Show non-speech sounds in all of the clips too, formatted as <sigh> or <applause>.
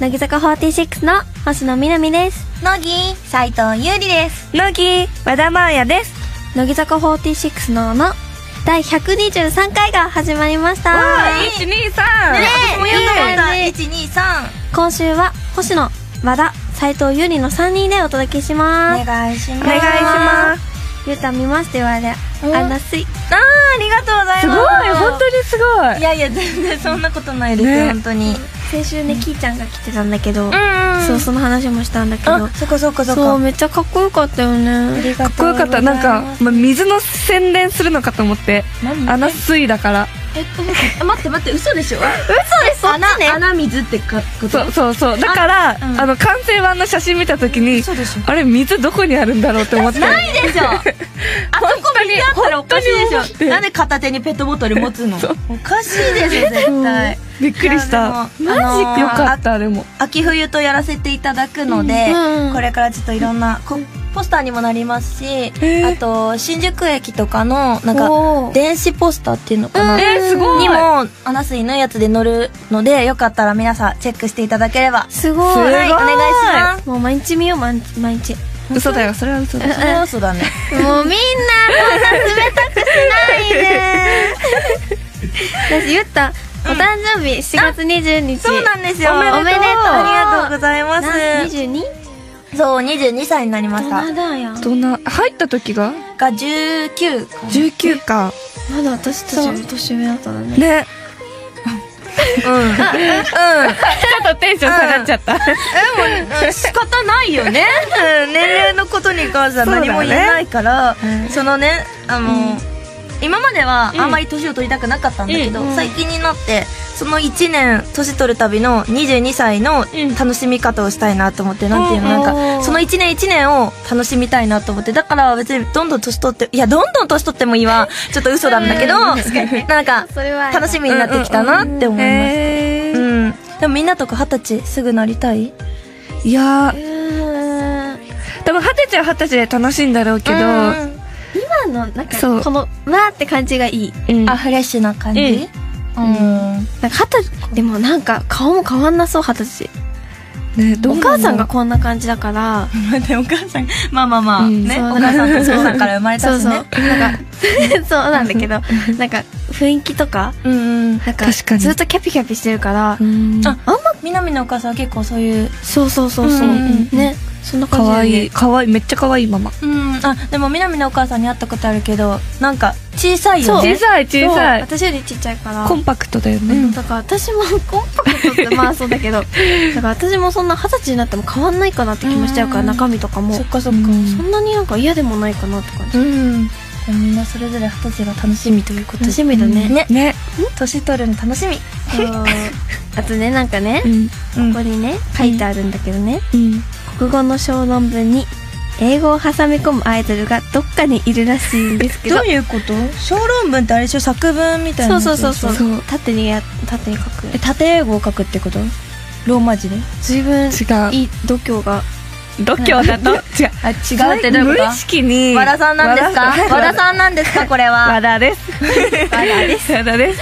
乃木坂46の星野みなみです乃木斉藤優里です乃木和田真彩です乃木坂46のの第123回が始まりました一二三。ね私もやったことある123今週は星野和田斉藤優里の3人でお届けしますお願いしますお願いしますゆうた見ますって言われうんあんなすいあーありがとうございすごいます本当にすごいいやいや全然そんなことないですよ、ね本当に先週ねきーちゃんが来てたんだけどんそうその話もしたんだけどあそこそこそこそうめっちゃかっこよかったよねかっこよかったなんか、ま、水の宣伝するのかと思って何穴水だからえっと、あ待って待って、嘘でしょそっちね穴水ってかことそうそうそうだからあ、うんの完成版の写真見た時にそうでしょあれ水どこにあるんだろうって思ってないで <laughs> しょあそこ水あったらおかしい本当に思っでしてょなんで片手にペットボトル持つのそうおかしいですよ絶対びっくりしいたやでもあのーよかったでも秋冬とやらせていただくので、うんうんこれからちょっといろんなこポスターにもなりますし、ーあと新宿駅とかのなんかおー電子ポスターっていうのかな、えーすごいにもアナスイのやつで乗るのでよかったら皆さんチェックしていただければすごすごいいはいお願いしますもう毎日見よう毎日毎日嘘だよそれは嘘だそれは嘘だねもうみんなこんな冷たくしない <laughs> で私ゆったお誕生日4月20日 <laughs> そうなんですよおめでとあうりがとうございますな 22? そう22歳になりましまただやんどんな入った時がが19か19かまだ私たちより年上だったのねねうんうんちょっとテンション下がっちゃっ <laughs> た、仕方ないよ <laughs> ねうん年齢のことに関しては何も言えないからそ,、のねあの、今まではあんまり年を取りたくなかったんだけど、うん最近になってその1年年取るたびの22歳の楽しみ方をしたいなと思って、なんていうのなんおかーその1年1年を楽しみたいなと思ってだから別にどんどん年取っていやどんどん年取ってもいい <laughs> わちょっと嘘なんだけど、なんかそれは楽しみになってきたなって思います、えうーんでもみんなとか二十歳すぐなりたいいやうーんー多分二十歳は二十歳で楽しいんだろうけど、うん今のなんそかうこのわーって感じがいいうんあフレッシュな感じ、えうん、なんか二十歳でもなんか顔も変わんなそう二十歳ねどおうな母んださろうんがこんな感じだから待ってお母さんまあまあまあ、うんねそおう母さんとお父さんから生まれそたうしそうねなんか <laughs> そうなんだけどなんか雰囲気とかううんうんなんか確かにずっとキャピキャピしてるからうんあ南のお母さんは結構そういうそうそうそうそううんうんねそんな感かじだわよねいいかわいいめっちゃかわいいママうんあでも南のお母さんに会ったことあるけどなんか小さいよそうね小さい小さそうい私よりちっちゃいからコンパクトだよね、だから私もコンパクトってまあそう <laughs> だけどだから私もそんな二十歳になっても変わんないかなって気もしちゃうからうん中身とかもそっかそっかうんそんなになんか嫌でもないかなって感じうん、でもみんなそれぞれ二十歳が楽しみということで楽しみだねねね、年取るの楽しみそう <laughs> あとねなんかねうんうんここにね書いてあるんだけどねうん、国語の小論文に英語を挟み込むアイドルがどっかにいるらしいんですけどどういうこと小論文ってあれでしょ作文みたいそなうそうそうそうそう縦にや縦に書くえ縦英語を書くってことローマ字で随分違いい度胸がう度胸だと違うあ違うってどういうこ無と意識に和田さんなんですか和田和田さんなんですかこれは <laughs> 和田です和田です <laughs> 和田です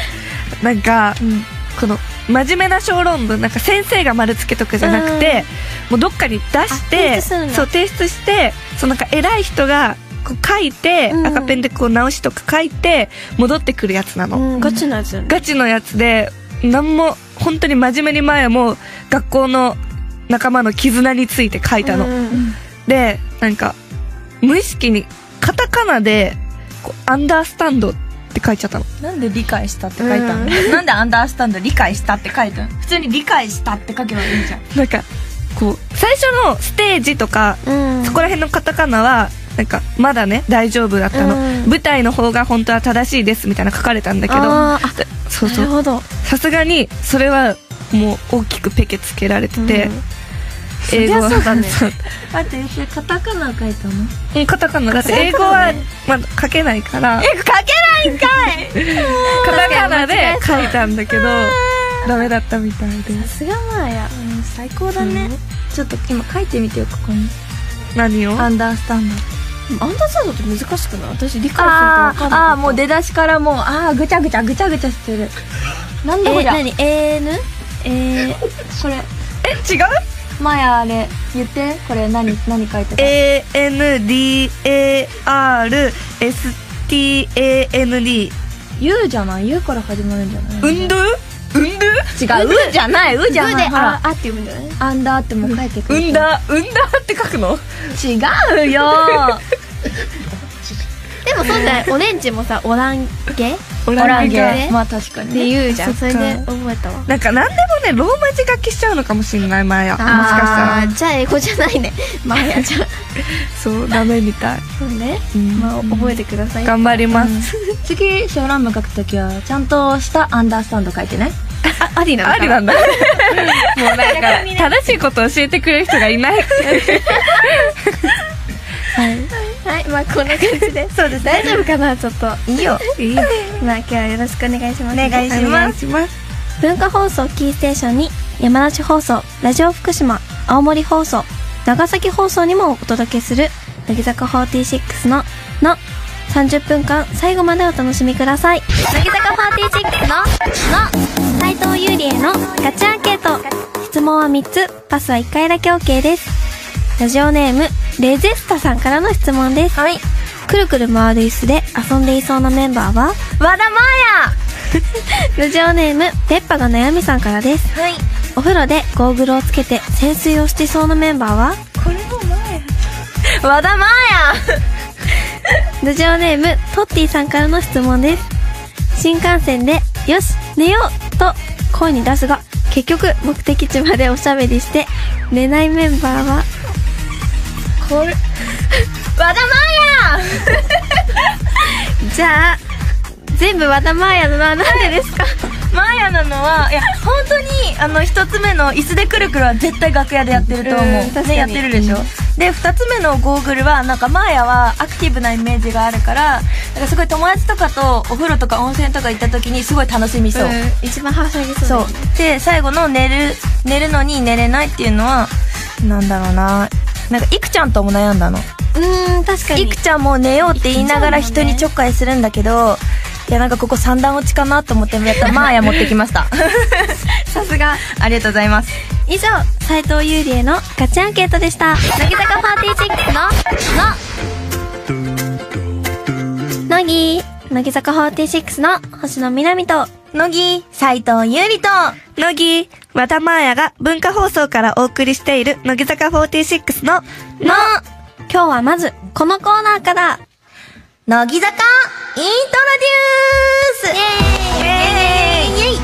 なんかうんこの真面目な小論文なんか先生が丸付けとかじゃなくてもうどっかに出してあ提出するんだそう提出してそのなんか偉い人がこう書いて、うん赤ペンでこう直しとか書いて戻ってくるやつなの、うんガチなやつよねガチのやつで何も本当に真面目に前も学校の仲間の絆について書いたの、うんでなんか無意識にカタカナでこう「アンダースタンド」って書いちゃったのなんで理解したって書いたの、なんでアンダースタンド理解したって書いたの普通に理解したって書けばいいじゃんなんかこう最初のステージとかうんそこら辺のカタカナはなんかまだね大丈夫だったの、うん舞台の方が本当は正しいですみたいな書かれたんだけどあーでそうなそるうほどさすがにそれはもう大きくペケつけられてて、うん英語はそりゃそうだね <laughs> そう待ってそれカタカナ書いたのうんカタカナだって英語はまだ書けないからえ書けないんかいカタカナで書いたんだけどダメだったみたいでさすがまあやうん最高だね、ちょっと今書いてみてよここに何をアンダースタンドアンダーサードって難しくない私理解するとあ分ーかんないあーもう出だしからもうああぐちゃぐちゃぐちゃぐちゃしてるなんだこえりゃ何 AN? えー、これえ違う前あれ言ってこれ何何書いてた ?ANDARSTAND 言うじゃない言うから始まるんじゃない運動運動違う、うじゃない、うじゃうでない。ほあら、あって読むんじゃないアンダーってもう書いてくる産んだ産んだって書くの違 <laughs> うよ。でもそうじゃないオレンジもさオランゲっオオランゲゲ。まあ確かにてね。言うじゃんそそっれかで覚えたわなんか何でもねローマ字書きしちゃうのかもしれないマヤもしかしたらあーじゃあ英語じゃないねまあやじゃんそうダメみたい、そうねうんまあ覚えてください頑張ります、次、小ランム書くときは、ちゃんとしたアンダースタンド書いてね。あありなのあかりななんだ <laughs> もうなんか正しいことを教えてくれる人がい <laughs> ないはいまあこんな感じでそうです大丈夫かなちょっとい <laughs> いよいいよまあ今日はよろしくお願いしますお願いしますお願いします文化放送キーステーションに山梨放送ラジオ福島青森放送長崎放送にもお届けする乃木坂46の「の」30分間最後までお楽しみください乃木坂46の「の」斉藤優里へのガチアンケート質問は3つパスは1回だけ OK ですラジオネームレゼスタさんからの質問ですはいくるくる回る椅子で遊んでいそうなメンバーは和田まラジオネームペッパが悩みさんからですーやはい。お風呂でゴーグルをつけて潜水をしてそうなメンバーは和田ま <laughs> ラジオネームトッティさんからの質問です新幹線で「よし寝よう!」と声に出すが結局目的地までおしゃべりして寝ないメンバーはーや和田まーや <laughs> じゃあ全部和田まーやのはなんでですかまーやなのは、いや、本当に、あの、一つ目の椅子でくるくるは絶対楽屋でやってると思う。うん確かにね、やってるでしょ。で、二つ目のゴーグルは、なんか、まーやはアクティブなイメージがあるから、なんかすごい友達とかとお風呂とか温泉とか行った時にすごい楽しみそう。一番はしゃぎそうそうで最後の寝る寝るのに寝れないっていうのはなんだろうななんかいくちゃんとも悩んだのううーん確かにいくちゃんも寝ようって言いながら人にちょっかいするんだけどいやなんかここ三段落ちかなと思ってやったマーヤ持ってきました <laughs> さすがありがとうございます以上斉藤優里へのガチアンケートでした乃木坂46の「の」乃木乃木坂46の星野みなみと乃木斉藤優里と乃木和田真彩が文化放送からお送りしている乃木坂46の「の」今日はまずこのコーナーから乃木坂イントロデュースイエー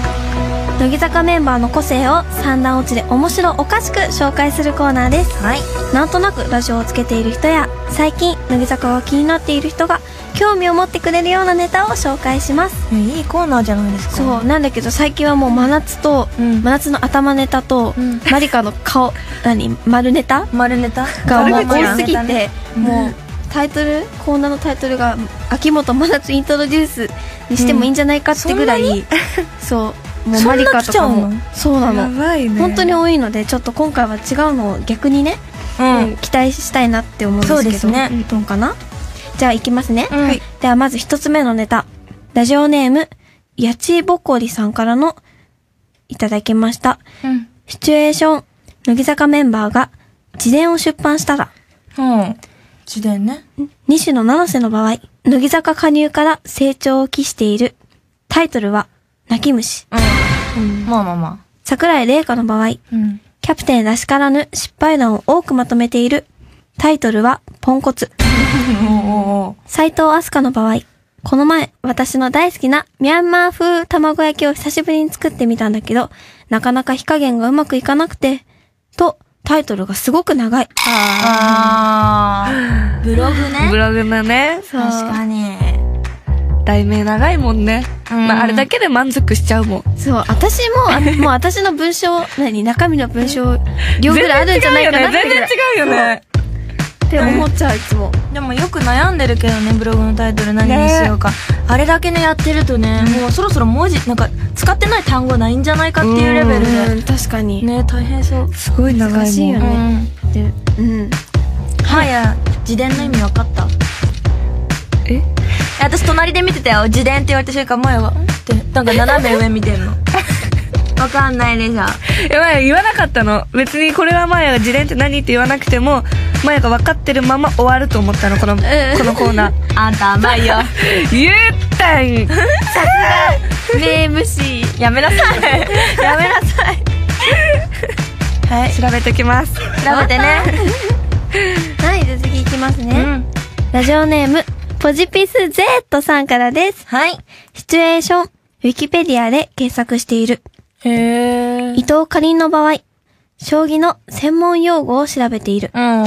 イ乃木坂メンバーの個性を三段落ちで面白おかしく紹介するコーナーですはいなんとなくラジオをつけている人や最近乃木坂が気になっている人が興味を持ってくれるようなネタを紹介しますいいコーナーじゃないですかそうなんだけど最近はもう真夏と、うん真夏の頭ネタと、うんマリカの <laughs> 顔何丸ネタ丸ネタがもう丸口多すぎのネて、もうタイトルコーナーのタイトルが「秋元真夏イントロデュース」にしてもいいんじゃないかってぐらい、そうもうそんなマリカとか来ちゃうものそうなの、ばいね本当に多いのでちょっと今回は違うのを逆にね、タねうん期待したいなって思うんですけどそうですねうんどうかなじゃあいきますね、うん、はいではまず一つ目のネタ。ラジオネーム、やちぼこりさんからの、いただきました。うんシチュエーション、乃木坂メンバーが、自伝を出版したら、うん。自伝ね。西野七瀬の場合、乃木坂加入から成長を期している。タイトルは、泣き虫。うん。まあまあま桜井玲香の場合、あ。うん。キャプテンらしからぬ失敗談を多くまとめている。タイトルは、ポンコツ。おお斉藤飛鳥の場合、この前、私の大好きなミャンマー風卵焼きを久しぶりに作ってみたんだけど、なかなか火加減がうまくいかなくて、と、タイトルがすごく長い。あー。ブログブね。ログのねう確かに。題名長いもんね、うんまあ、あれだけで満足しちゃうもんそう、私も、あ <laughs> もう私の文章、何、中身の文章、量ぐらいあるんじゃないかな <laughs> って全ぐら然い違うよねって思っちゃう、いつも。でもよく悩んでるけどね、ブログのタイトル何にしようか。あれだけね、やってるとね、もうそろそろ文字、なんか、使ってない単語ないんじゃないかっていうレベルうで。ん、確かに。ね、大変そう。すごい長いもん難しいようねん。でうん。はや、自伝の意味分かったえ私隣で見てたよ。自伝って言われた瞬間、前は、んって、なんか斜め上見てんの。わかんないでしょ。やばい言わなかったの別にこれはマヤが自伝って何って言わなくてもマヤが分かってるまま終わると思ったのこのこのコー <laughs> ナーあんた甘い <laughs> よ。言ったん名 MC やめなさい。やめなさい。はい。調べときます調べてね。はいじゃあ次いきますね、うん。ラジオネームポジピス Z さんからですはい。シチュエーションウィキペディアで検索しているへえ。伊藤かりんの場合将棋の専門用語を調べているうん。あ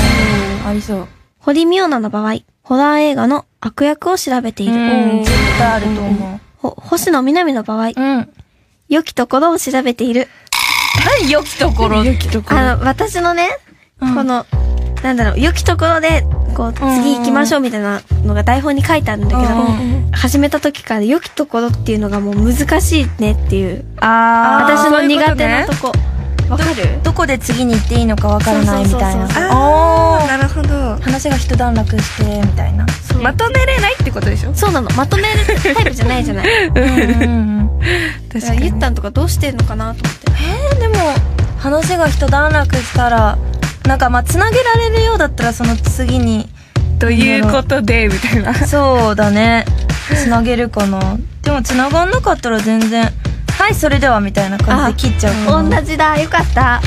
りそう。堀美央奈の場合ホラー映画の悪役を調べている、うん。絶対あると思う。ほ星野みなみの場合うん。良きところを調べている何良きところ良きところあの、私のね、うんこの、なんだろう、良きところで、こう、ん次行きましょうみたいなのが台本に書いてあるんだけど、うん始めた時から良きところっていうのがもう難しいねっていう、あー私の苦手そういなうとここ。わかるどこで次に行っていいのかわからないみたいそうそうそうとねな。あーなるほど話が一段落して、みたいな。まとめれないってことでしょそうなの。まとめるタイプじゃないじゃない。うん。だ確からゆったんとかどうしてんのかなと思って。えーでも話が一段落したらなんかまあつなげられるようだったらその次にということでみたいな <laughs> そうだねつなげるかなでもつながんなかったら全然はいそれではみたいな感じで切っちゃうかな同じだ、よかった。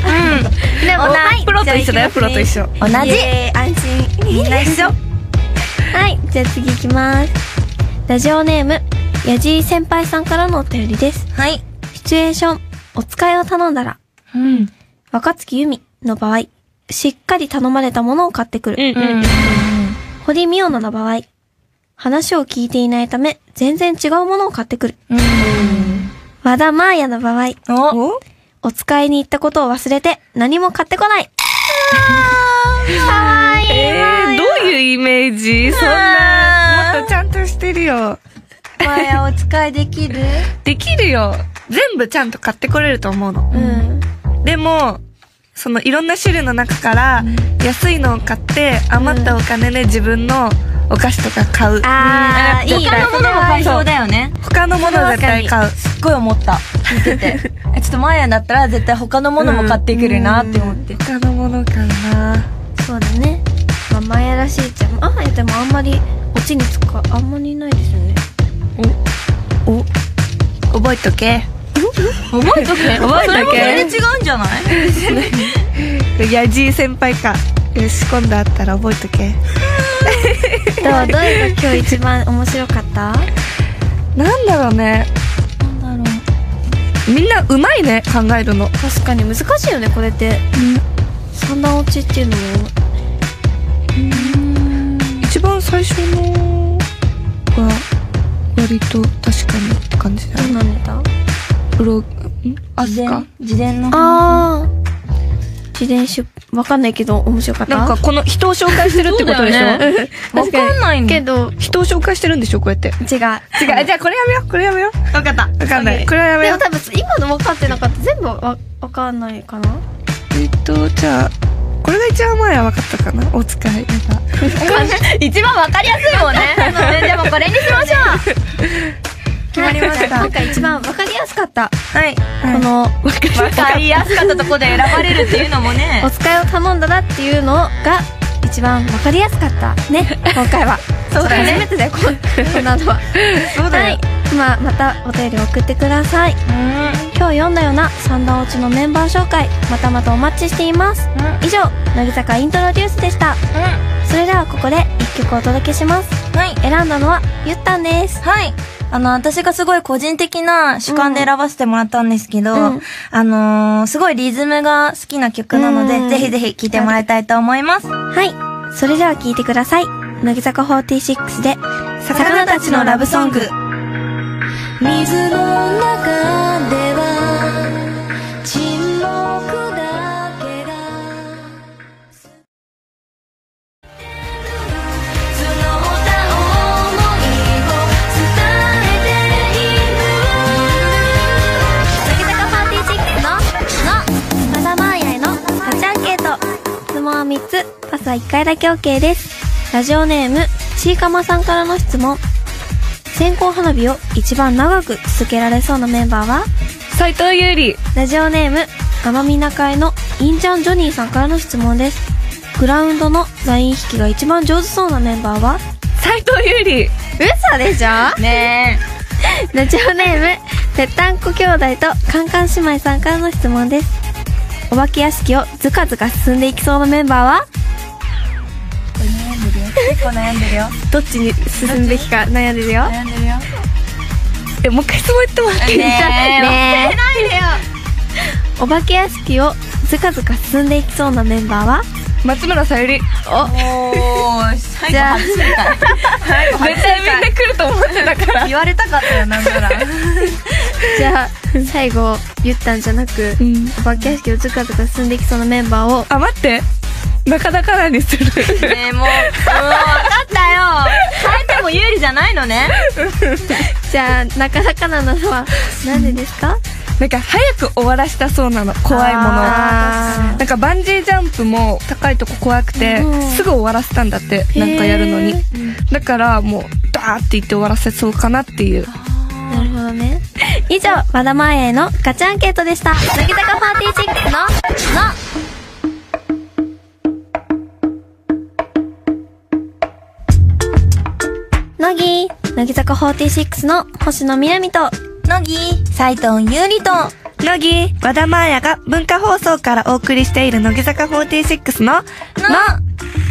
でも、はいプロと一緒だよじプゃあロ行きますねと一緒同じイエーイ安心。みんな一緒はい、じゃあ次行きます。ラジオネーム、やじい先輩さんからのお便りです。はいシチュエーション、お使いを頼んだら、うん若月由美の場合、しっかり頼まれたものを買ってくる。うんうん堀美央奈の場合、話を聞いていないため、全然違うものを買ってくる。うん和田真彩の場合、おおお使いに行ったことを忘れて、何も買ってこない。かわいい。えー、どういうイメージそんなもっとちゃんとしてるよマヤお使いできるできるよ全部ちゃんと買ってこれると思うのうん。でもそのいろんな種類の中から安いのを買って余ったお金で自分のお菓子とか買うあー、他いいよ。のものも買いそうだよね他のものを絶対買うすっごい思った聞いてて <laughs> えちょっとマヤだったら絶対他のものも買ってくるなって思って他のもの買うなそうだね。まあ、真彩らしいじゃん。あ、でもあんまり、オチにつくか、あんまりいないですよね。覚えとけ <laughs> 覚えとけ覚えとけそれも全然違うんじゃないヤジー先輩かよし今度あったら覚えとけどう、どういうの今日一番面白かったなんだろうねなんだろみんなうまいね考えるの確かに難しいよねこれって、三段落ちっていうのも一番最初のは割と確かにって感じだどんなネタうろんあうすか自伝のああ自伝出わかんないけど面白かったなんかこの人を紹介してるってことでしょ、そうだわ確かんないのけど違う人を紹介してるんでしょこうやって違う違うじゃあこれやめようこれやめよわかったうわかんないこれはやめでよもう多分今の分かってなかった全部わわかんないかなえっとじゃあこれが一番前は分かったかなお使いなんか一番わかりやすいもんねでもこれにしましょ決まり <laughs> ましたなんか一番わかりやすかったうはいこのわかりやすかったとこで選ばれるっていうのもねお使いを頼んだなっていうのが一番わかりやすかった <laughs> ね今回はそうだね初めてだよこん <laughs> こんなのはそうはいまあまたお便り送ってください今日読んだような三段落ちのメンバー紹介またまたお待ちしています以上乃木坂イントロデュースでしたそれではここで一曲お届けしますはい選んだのはゆったんですはいあの、私がすごい個人的な主観で選ばせてもらったんですけど、うんあのーすごいリズムが好きな曲なので、うんぜひぜひ聴いてもらいたいと思います。はいそれでは聴いてください乃木坂46で魚たちのラブソング水の中では沈黙だけが募った想いを伝えている乃木坂46の「の」和田真彩へのガチアンケート質問は3つパスは1回だけ OK ですラジオネームちいかまさんからの質問線香花火を一番長く続けられそうなメンバーは斉藤優里ラジオネーム奄美中江のインちゃんジョニーさんからの質問ですグラウンドのライン引きが一番上手そうなメンバーは斉藤優里嘘でし <laughs> ょねラジオネームぺったんこ兄弟とカンカン姉妹さんからの質問ですお化け屋敷をずかずか進んでいきそうなメンバーはえこれ悩んでるよ結構悩んでるよどっちに進むべきか悩んでるよ悩んでるよえもう一回質問言ってもらっていいねえ <laughs> ねえお化け屋敷をずかずか進んでいきそうなメンバーは <laughs> 松村さゆりおー最じゃあ後外せるか <laughs> 絶対みんな来ると思ってたから言われたかったよなんならじゃあ最後言ったんじゃなく、んお化け屋敷をずかずか進んでいきそうなメンバーをあ待ってなかなかなにする <laughs> ねえもうもう分かったよ変えても有利じゃないのねじゃあなかなかなのはなんでですか、なんか早く終わらしたそうなの怖いものあなんかバンジージャンプも高いとこ怖くて、うんすぐ終わらせたんだってーなんかやるのにだからもうダーって言って終わらせそうかなっていうなるほどね以上和田前へのガチアンケートでした乃木坂46の「の」乃木乃木坂46の星野みなみと乃木斎藤優里と乃木和田真彩が文化放送からお送りしている乃木坂46の「の」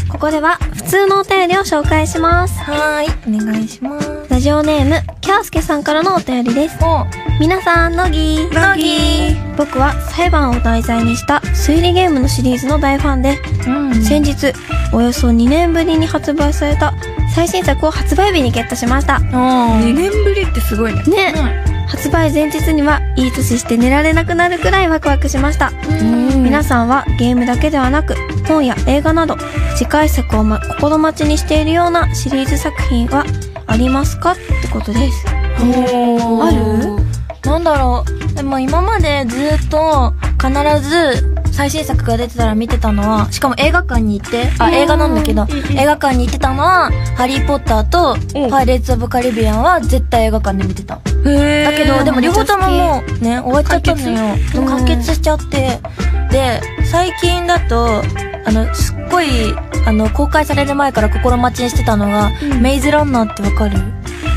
ここでは普通のお便りを紹介しますはーいお願いしますラジオネームきゃーすけさんからのお便りですお皆さん乃木乃木僕は裁判を題材にした推理ゲームのシリーズの大ファンでうん先日およそ2年ぶりに発売された最新作を発売日にゲットしましたね2年ぶりってすごいね発売前日にはいい年して寝られなくなるくらいワクワクしました皆さんはゲームだけではなく本や映画など次回作を、ま、心待ちにしているようなシリーズ作品はありますかってことですおあるなんだろうでも今までずっと必ず最新作が出てたら見てたのはしかも映画館に行ってあ映画なんだけど映画館に行ってたのは「ハリー・ポッター」とう「んパイレーツ・オブ・カリビアン」は絶対映画館で見てたへだけどでも両方ともうもうね終わっちゃったのよ結完結しちゃってで最近だとあのすっごいあの公開される前から心待ちにしてたのが「メイズランナー」ってわかる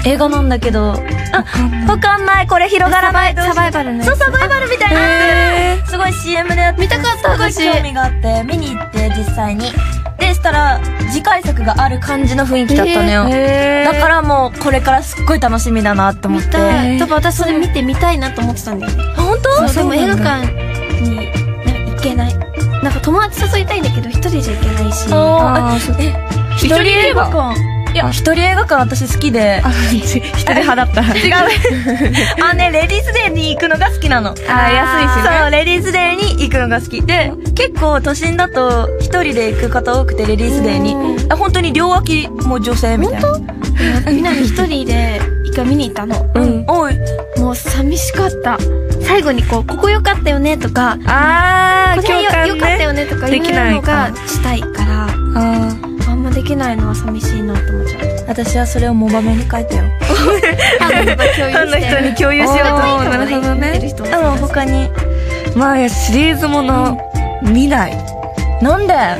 映画なんだけどあわかんないこれ広がらないサバイバルねそうサバイバルみたいなへすごい CM でやって見たかった私すごい興味があって見に行って実際にでしたら次回作がある感じの雰囲気だったのよ、えだからもうこれからすっごい楽しみだなって思ってで多分私それ見てみたいなと思ってたんだよね本当そうでも映画館館になんか行けないなんか友達誘いたいんだけど一人じゃ行けないしあーえ一人映画いや一人映画館私好きであ一人派だった違うあねレディースデーに行くのが好きなのあー安いしねそうレディースデーに行くのが好きで結構都心だと一人で行く方多くてレディースデーにあ本当に両脇も女性みたいなみんなで一人で一回見に行ったの、うんおいもう寂しかった最後にこう「ここ良かったよね」とかあ「ここ <laughs> あ共よ感良かったねよね」とかで言きうなのいかがしたいからああんまできないのは寂しいなって思っちゃ <laughs> う私はそれをモバメに書いたよファンの人と共有ファンの人に共有しようと思うなるほどね人もうん他にまあいやシリーズもの見ないなんでなんか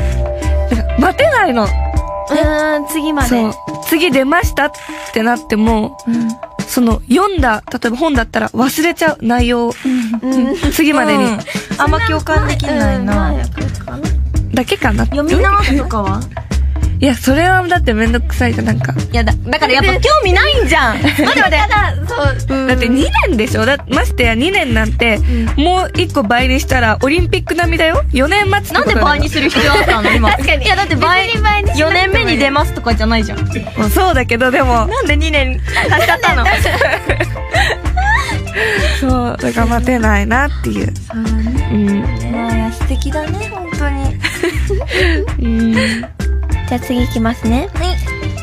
待てないうのん次までそう次出ましたってなってもその読んだ例えば本だったら忘れちゃう内容をうん次までに、うんあんま共感できないな、 <laughs> うんまあこれかなだけかな読み直すとかはいやそれはだってめんどくさいじゃんなんかいやだだからやっぱ興味ないんじゃん待って待ってだって2年でしょだましてや2年なんて、もう1個倍にしたらオリンピック並みだよ4年待つ <laughs> なんで倍にする必要あったの今確かにいやだって倍4年目に出ますとかじゃないじゃんなんでもそうだけどでも2年足しちゃ <laughs> ったのそうだから待てないなっていううんまあ素敵だね本当にうんじゃあ次いきますね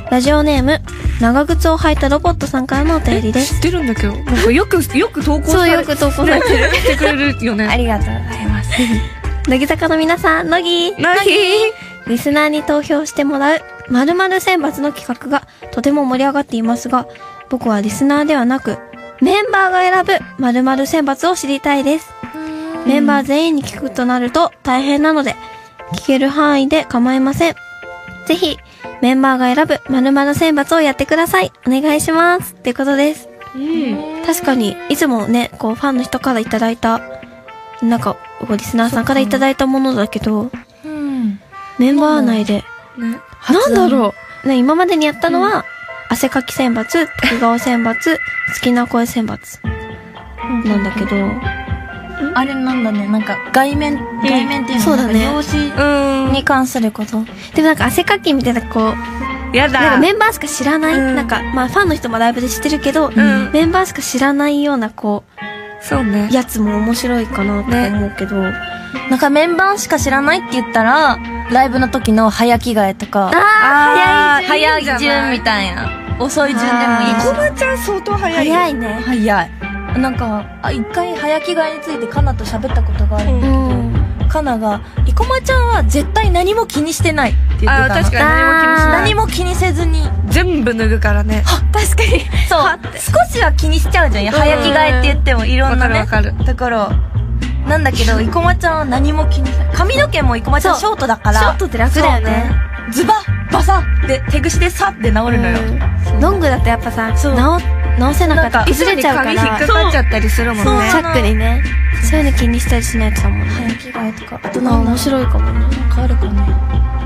ラジオネーム長靴を履いたロボットさんからのお便りです知ってるんだけどなんかよくよく投稿さそうれよく投稿されてるしてくれるよねりがとうございます乃木坂の皆さん乃木なひリスナーに投票してもらう〇〇選抜の企画がとても盛り上がっていますが僕はリスナーではなくメンバーが選ぶ〇〇選抜を知りたいです。メンバー全員に聞くとなると大変なので、聞ける範囲で構いません。ぜひ、メンバーが選ぶ〇〇選抜をやってください。お願いします。ってことです。うん。確かに、いつもね、こう、ファンの人からいただいた、なんか、こうリスナーさんからいただいたものだけど、うん。メンバー内で、ね。なんだろう、ね、今までにやったのは、汗かき選抜、徳川選抜、好きな声選抜なんだけど、あれなんだね、なんか外面、外面っていうのそうだねなんか容う姿にん。関すること。でもなんか汗かきみたいな、こう、やなんかだ。メンバーしか知らない、うんなんか、まあファンの人もライブで知ってるけど、んメンバーしか知らないような、こそうねう、。やつも面白いかなとね思うけど、なんかメンバーしか知らないって言ったら、ライブの時の早着替えとか、あー早いいいんじゃ順ないみたいな。遅い順でもいいしコ。バちゃん相当早いよ。早いね。早い。なんか、あ一回早着替えについてカナと喋ったことがあるんだけど、カナが、生駒ちゃんは絶対何も気にしてないって言ってたあの。ー確かにあー何何もも気にせずに。気にしない。全部脱ぐからね。確かに。そう。少しは気にしちゃうじゃん。早着替えって言ってもいろんなね。わかるわかだから、なんだけど、生駒ちゃんは何も気にしない。髪の毛も生駒ちゃんシそョートだから。ショートって楽だよね。ズバッバサッで、手ぐしでサッで治るのよ。うんロングだとやっぱさ、そう直、直せなかっなたんらか崩れちゃうから、一緒に髪引っかかっちゃったりするもんそうね。チャックにね。そういうの気にしたりしないとだもんね。早着替えとか。あとあなんだ面白いかもね。変わるかな。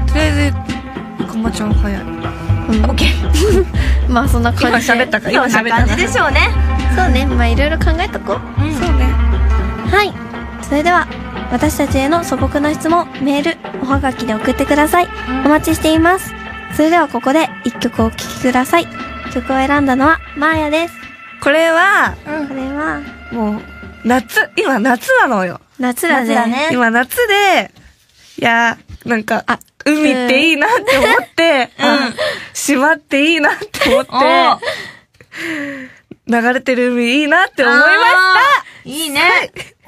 とりあえず、コマちゃん早い。うんオッケー。 <laughs> まあそんな今感じで。喋ったか今今な喋った感じかでしょうね。そうね。まあいろいろ考えとこう。うんそうね。はい。それでは、私たちへの素朴な質問、メール、おはがきで送ってください。お待ちしています。それではここで一曲お聴きください。曲を選んだのは、マーヤです。これは、これは、もう、夏、今夏なのよ。夏だね。夏だね今夏で、いや、なんか、海っていいなって思って、あ島っていいなって思ってお、ー。流れてる海いいなって思いましたいいね。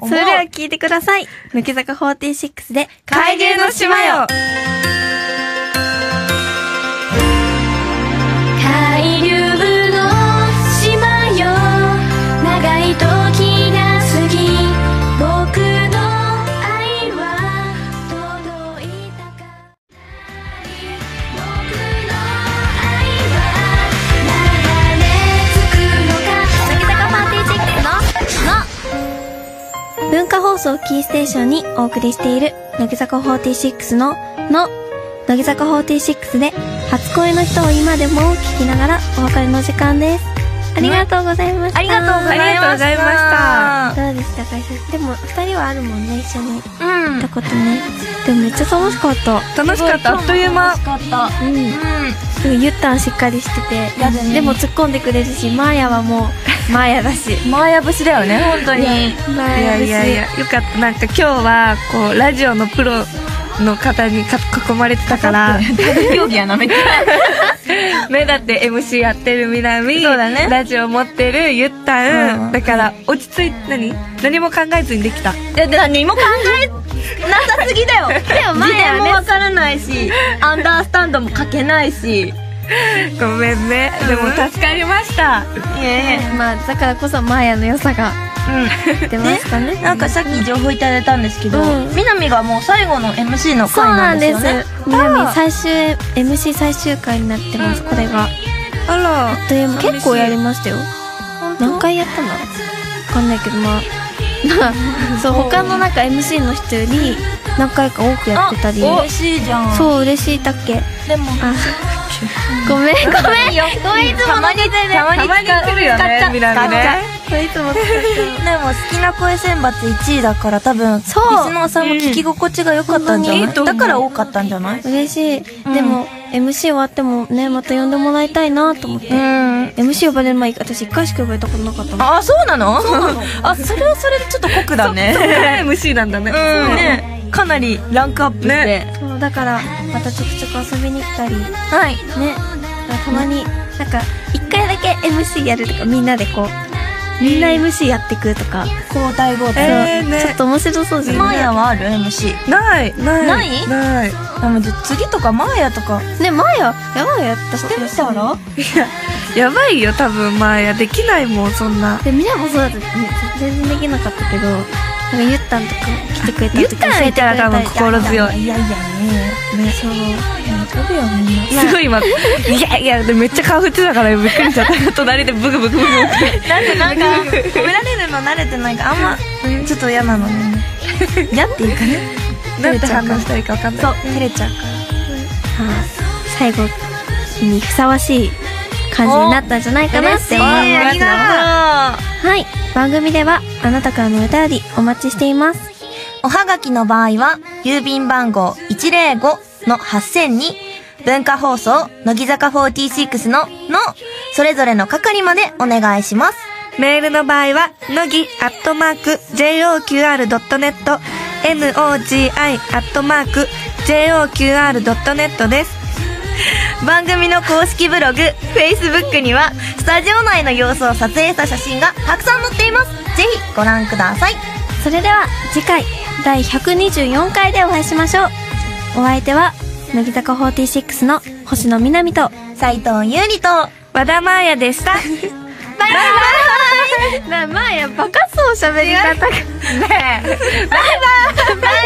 それでは聴いてください。乃木坂46で、た海流の島よ海流の島よ長い時が過ぎ僕の愛は届いたか僕の愛は流れ着くのか乃木坂46のの文化放送キーステーションにお送りしている、乃木坂46の、の、乃木坂46で、初恋の人を今でも聞きながらお別れの時間です。ありがとうございました。ありがとうございました。ありがとうございましたどうでしたか久しでも、二人はあるもんね、一緒に行っうん。たことね。でもめっちゃ楽しかった。楽しかった、あっという間楽。しかった。うん。でもゆったんしっかりしてて。やだねでも突っ込んでくれるし、マーヤはも <laughs> う、マーヤだし。うん。前やぶしだよね、本当に。マいやーいヤやいだし。や、よかった。なんか今日は、こう、ラジオのプロの方にか囲まれてたから、競技やなめて。ね、だって MC やってる南、そうだねラジオ持ってるゆったん、うんだから落ち着い何何も考えずにできただって何も考えなさすぎだよ。でも前はもねわからないし、アンダースタンドも書けないし。いごめんねでも助かりましたえいまあ、だからこそマーヤの良さが出ましたね。え。なんかさっき情報いただいたんですけど、うんみなみがもう最後の MC のそう回ななんんでですすよね。。南最終 MC 最終回になってます。これが。あらという間結構やりましたよ。何回やったの？わかんないけどまあ。 <laughs> そう他のなんか MC の人より何回か多くやってたり。嬉しいじゃん。う。そう嬉しいだっけ？でも、あ、ごめんごめん。いいよ。ごめん、いつもの全然たまたまに来るよねみなみねこれいつも使ってる。でも好きな声選抜1位だから多分リスうナーさんも聞き心地が良かったんじゃない、だから多かったんじゃない嬉しい。んでも MC 終わってもねまた呼んでもらいたいなと思って。ん MC 呼ばれる前私一回しか呼ばれたことなかったの。あそうなのあそれはそれでちょっと酷だね <laughs> MC なんだね、うんねかなりランクアップして、ねそうだからまたちょくちょく遊びに来たり。はいねたまになんか一回だけ MC やるとかみんなでこうみんな MC やってくとか、交代交え代、ーねちょっと面白そうじゃマーないヤはある MC ないないないないでもじゃあ次とかマーヤとかねマーヤやばいやったしてみたらやばいよ多分マーヤできないもんそんなでみんなもそうだったね全然できなかったけどなんかゆったんとか来てくれた言っ時たらいたら多分心強いいやいやねねそう喜ぶよみんなすごい今、 <laughs> いやいや、でめっちゃ顔振ってたからびっくりしちゃった。 <laughs> 隣でブクブクブクブク。なんでなんか <laughs> 褒められるの慣れてないからあんまちょっと嫌なのね <laughs> 嫌っていうかねなんて反応したらいいかわかんない。そう照れちゃうからはい最後にふさわしい感じになったんじゃないかなって思います嬉しいありがとうはい番組ではあなたからのお便りお待ちしていますおはがきの場合は郵便番号105の8000に文化放送乃木坂46の「の」それぞれの係までお願いしますメールの場合は、のぎ、アットマーク、joqr.net、nogi、アットマーク、joqr.net です。番組の公式ブログ Facebook にはスタジオ内の様子を撮影した写真がたくさん載っていますぜひご覧くださいそれでは次回第124回でお会いしましょうお相手は乃木坂46の星野みなみと斉藤優里と和田まーやでした。バイバイなまあやバカそう喋り方がバイバイ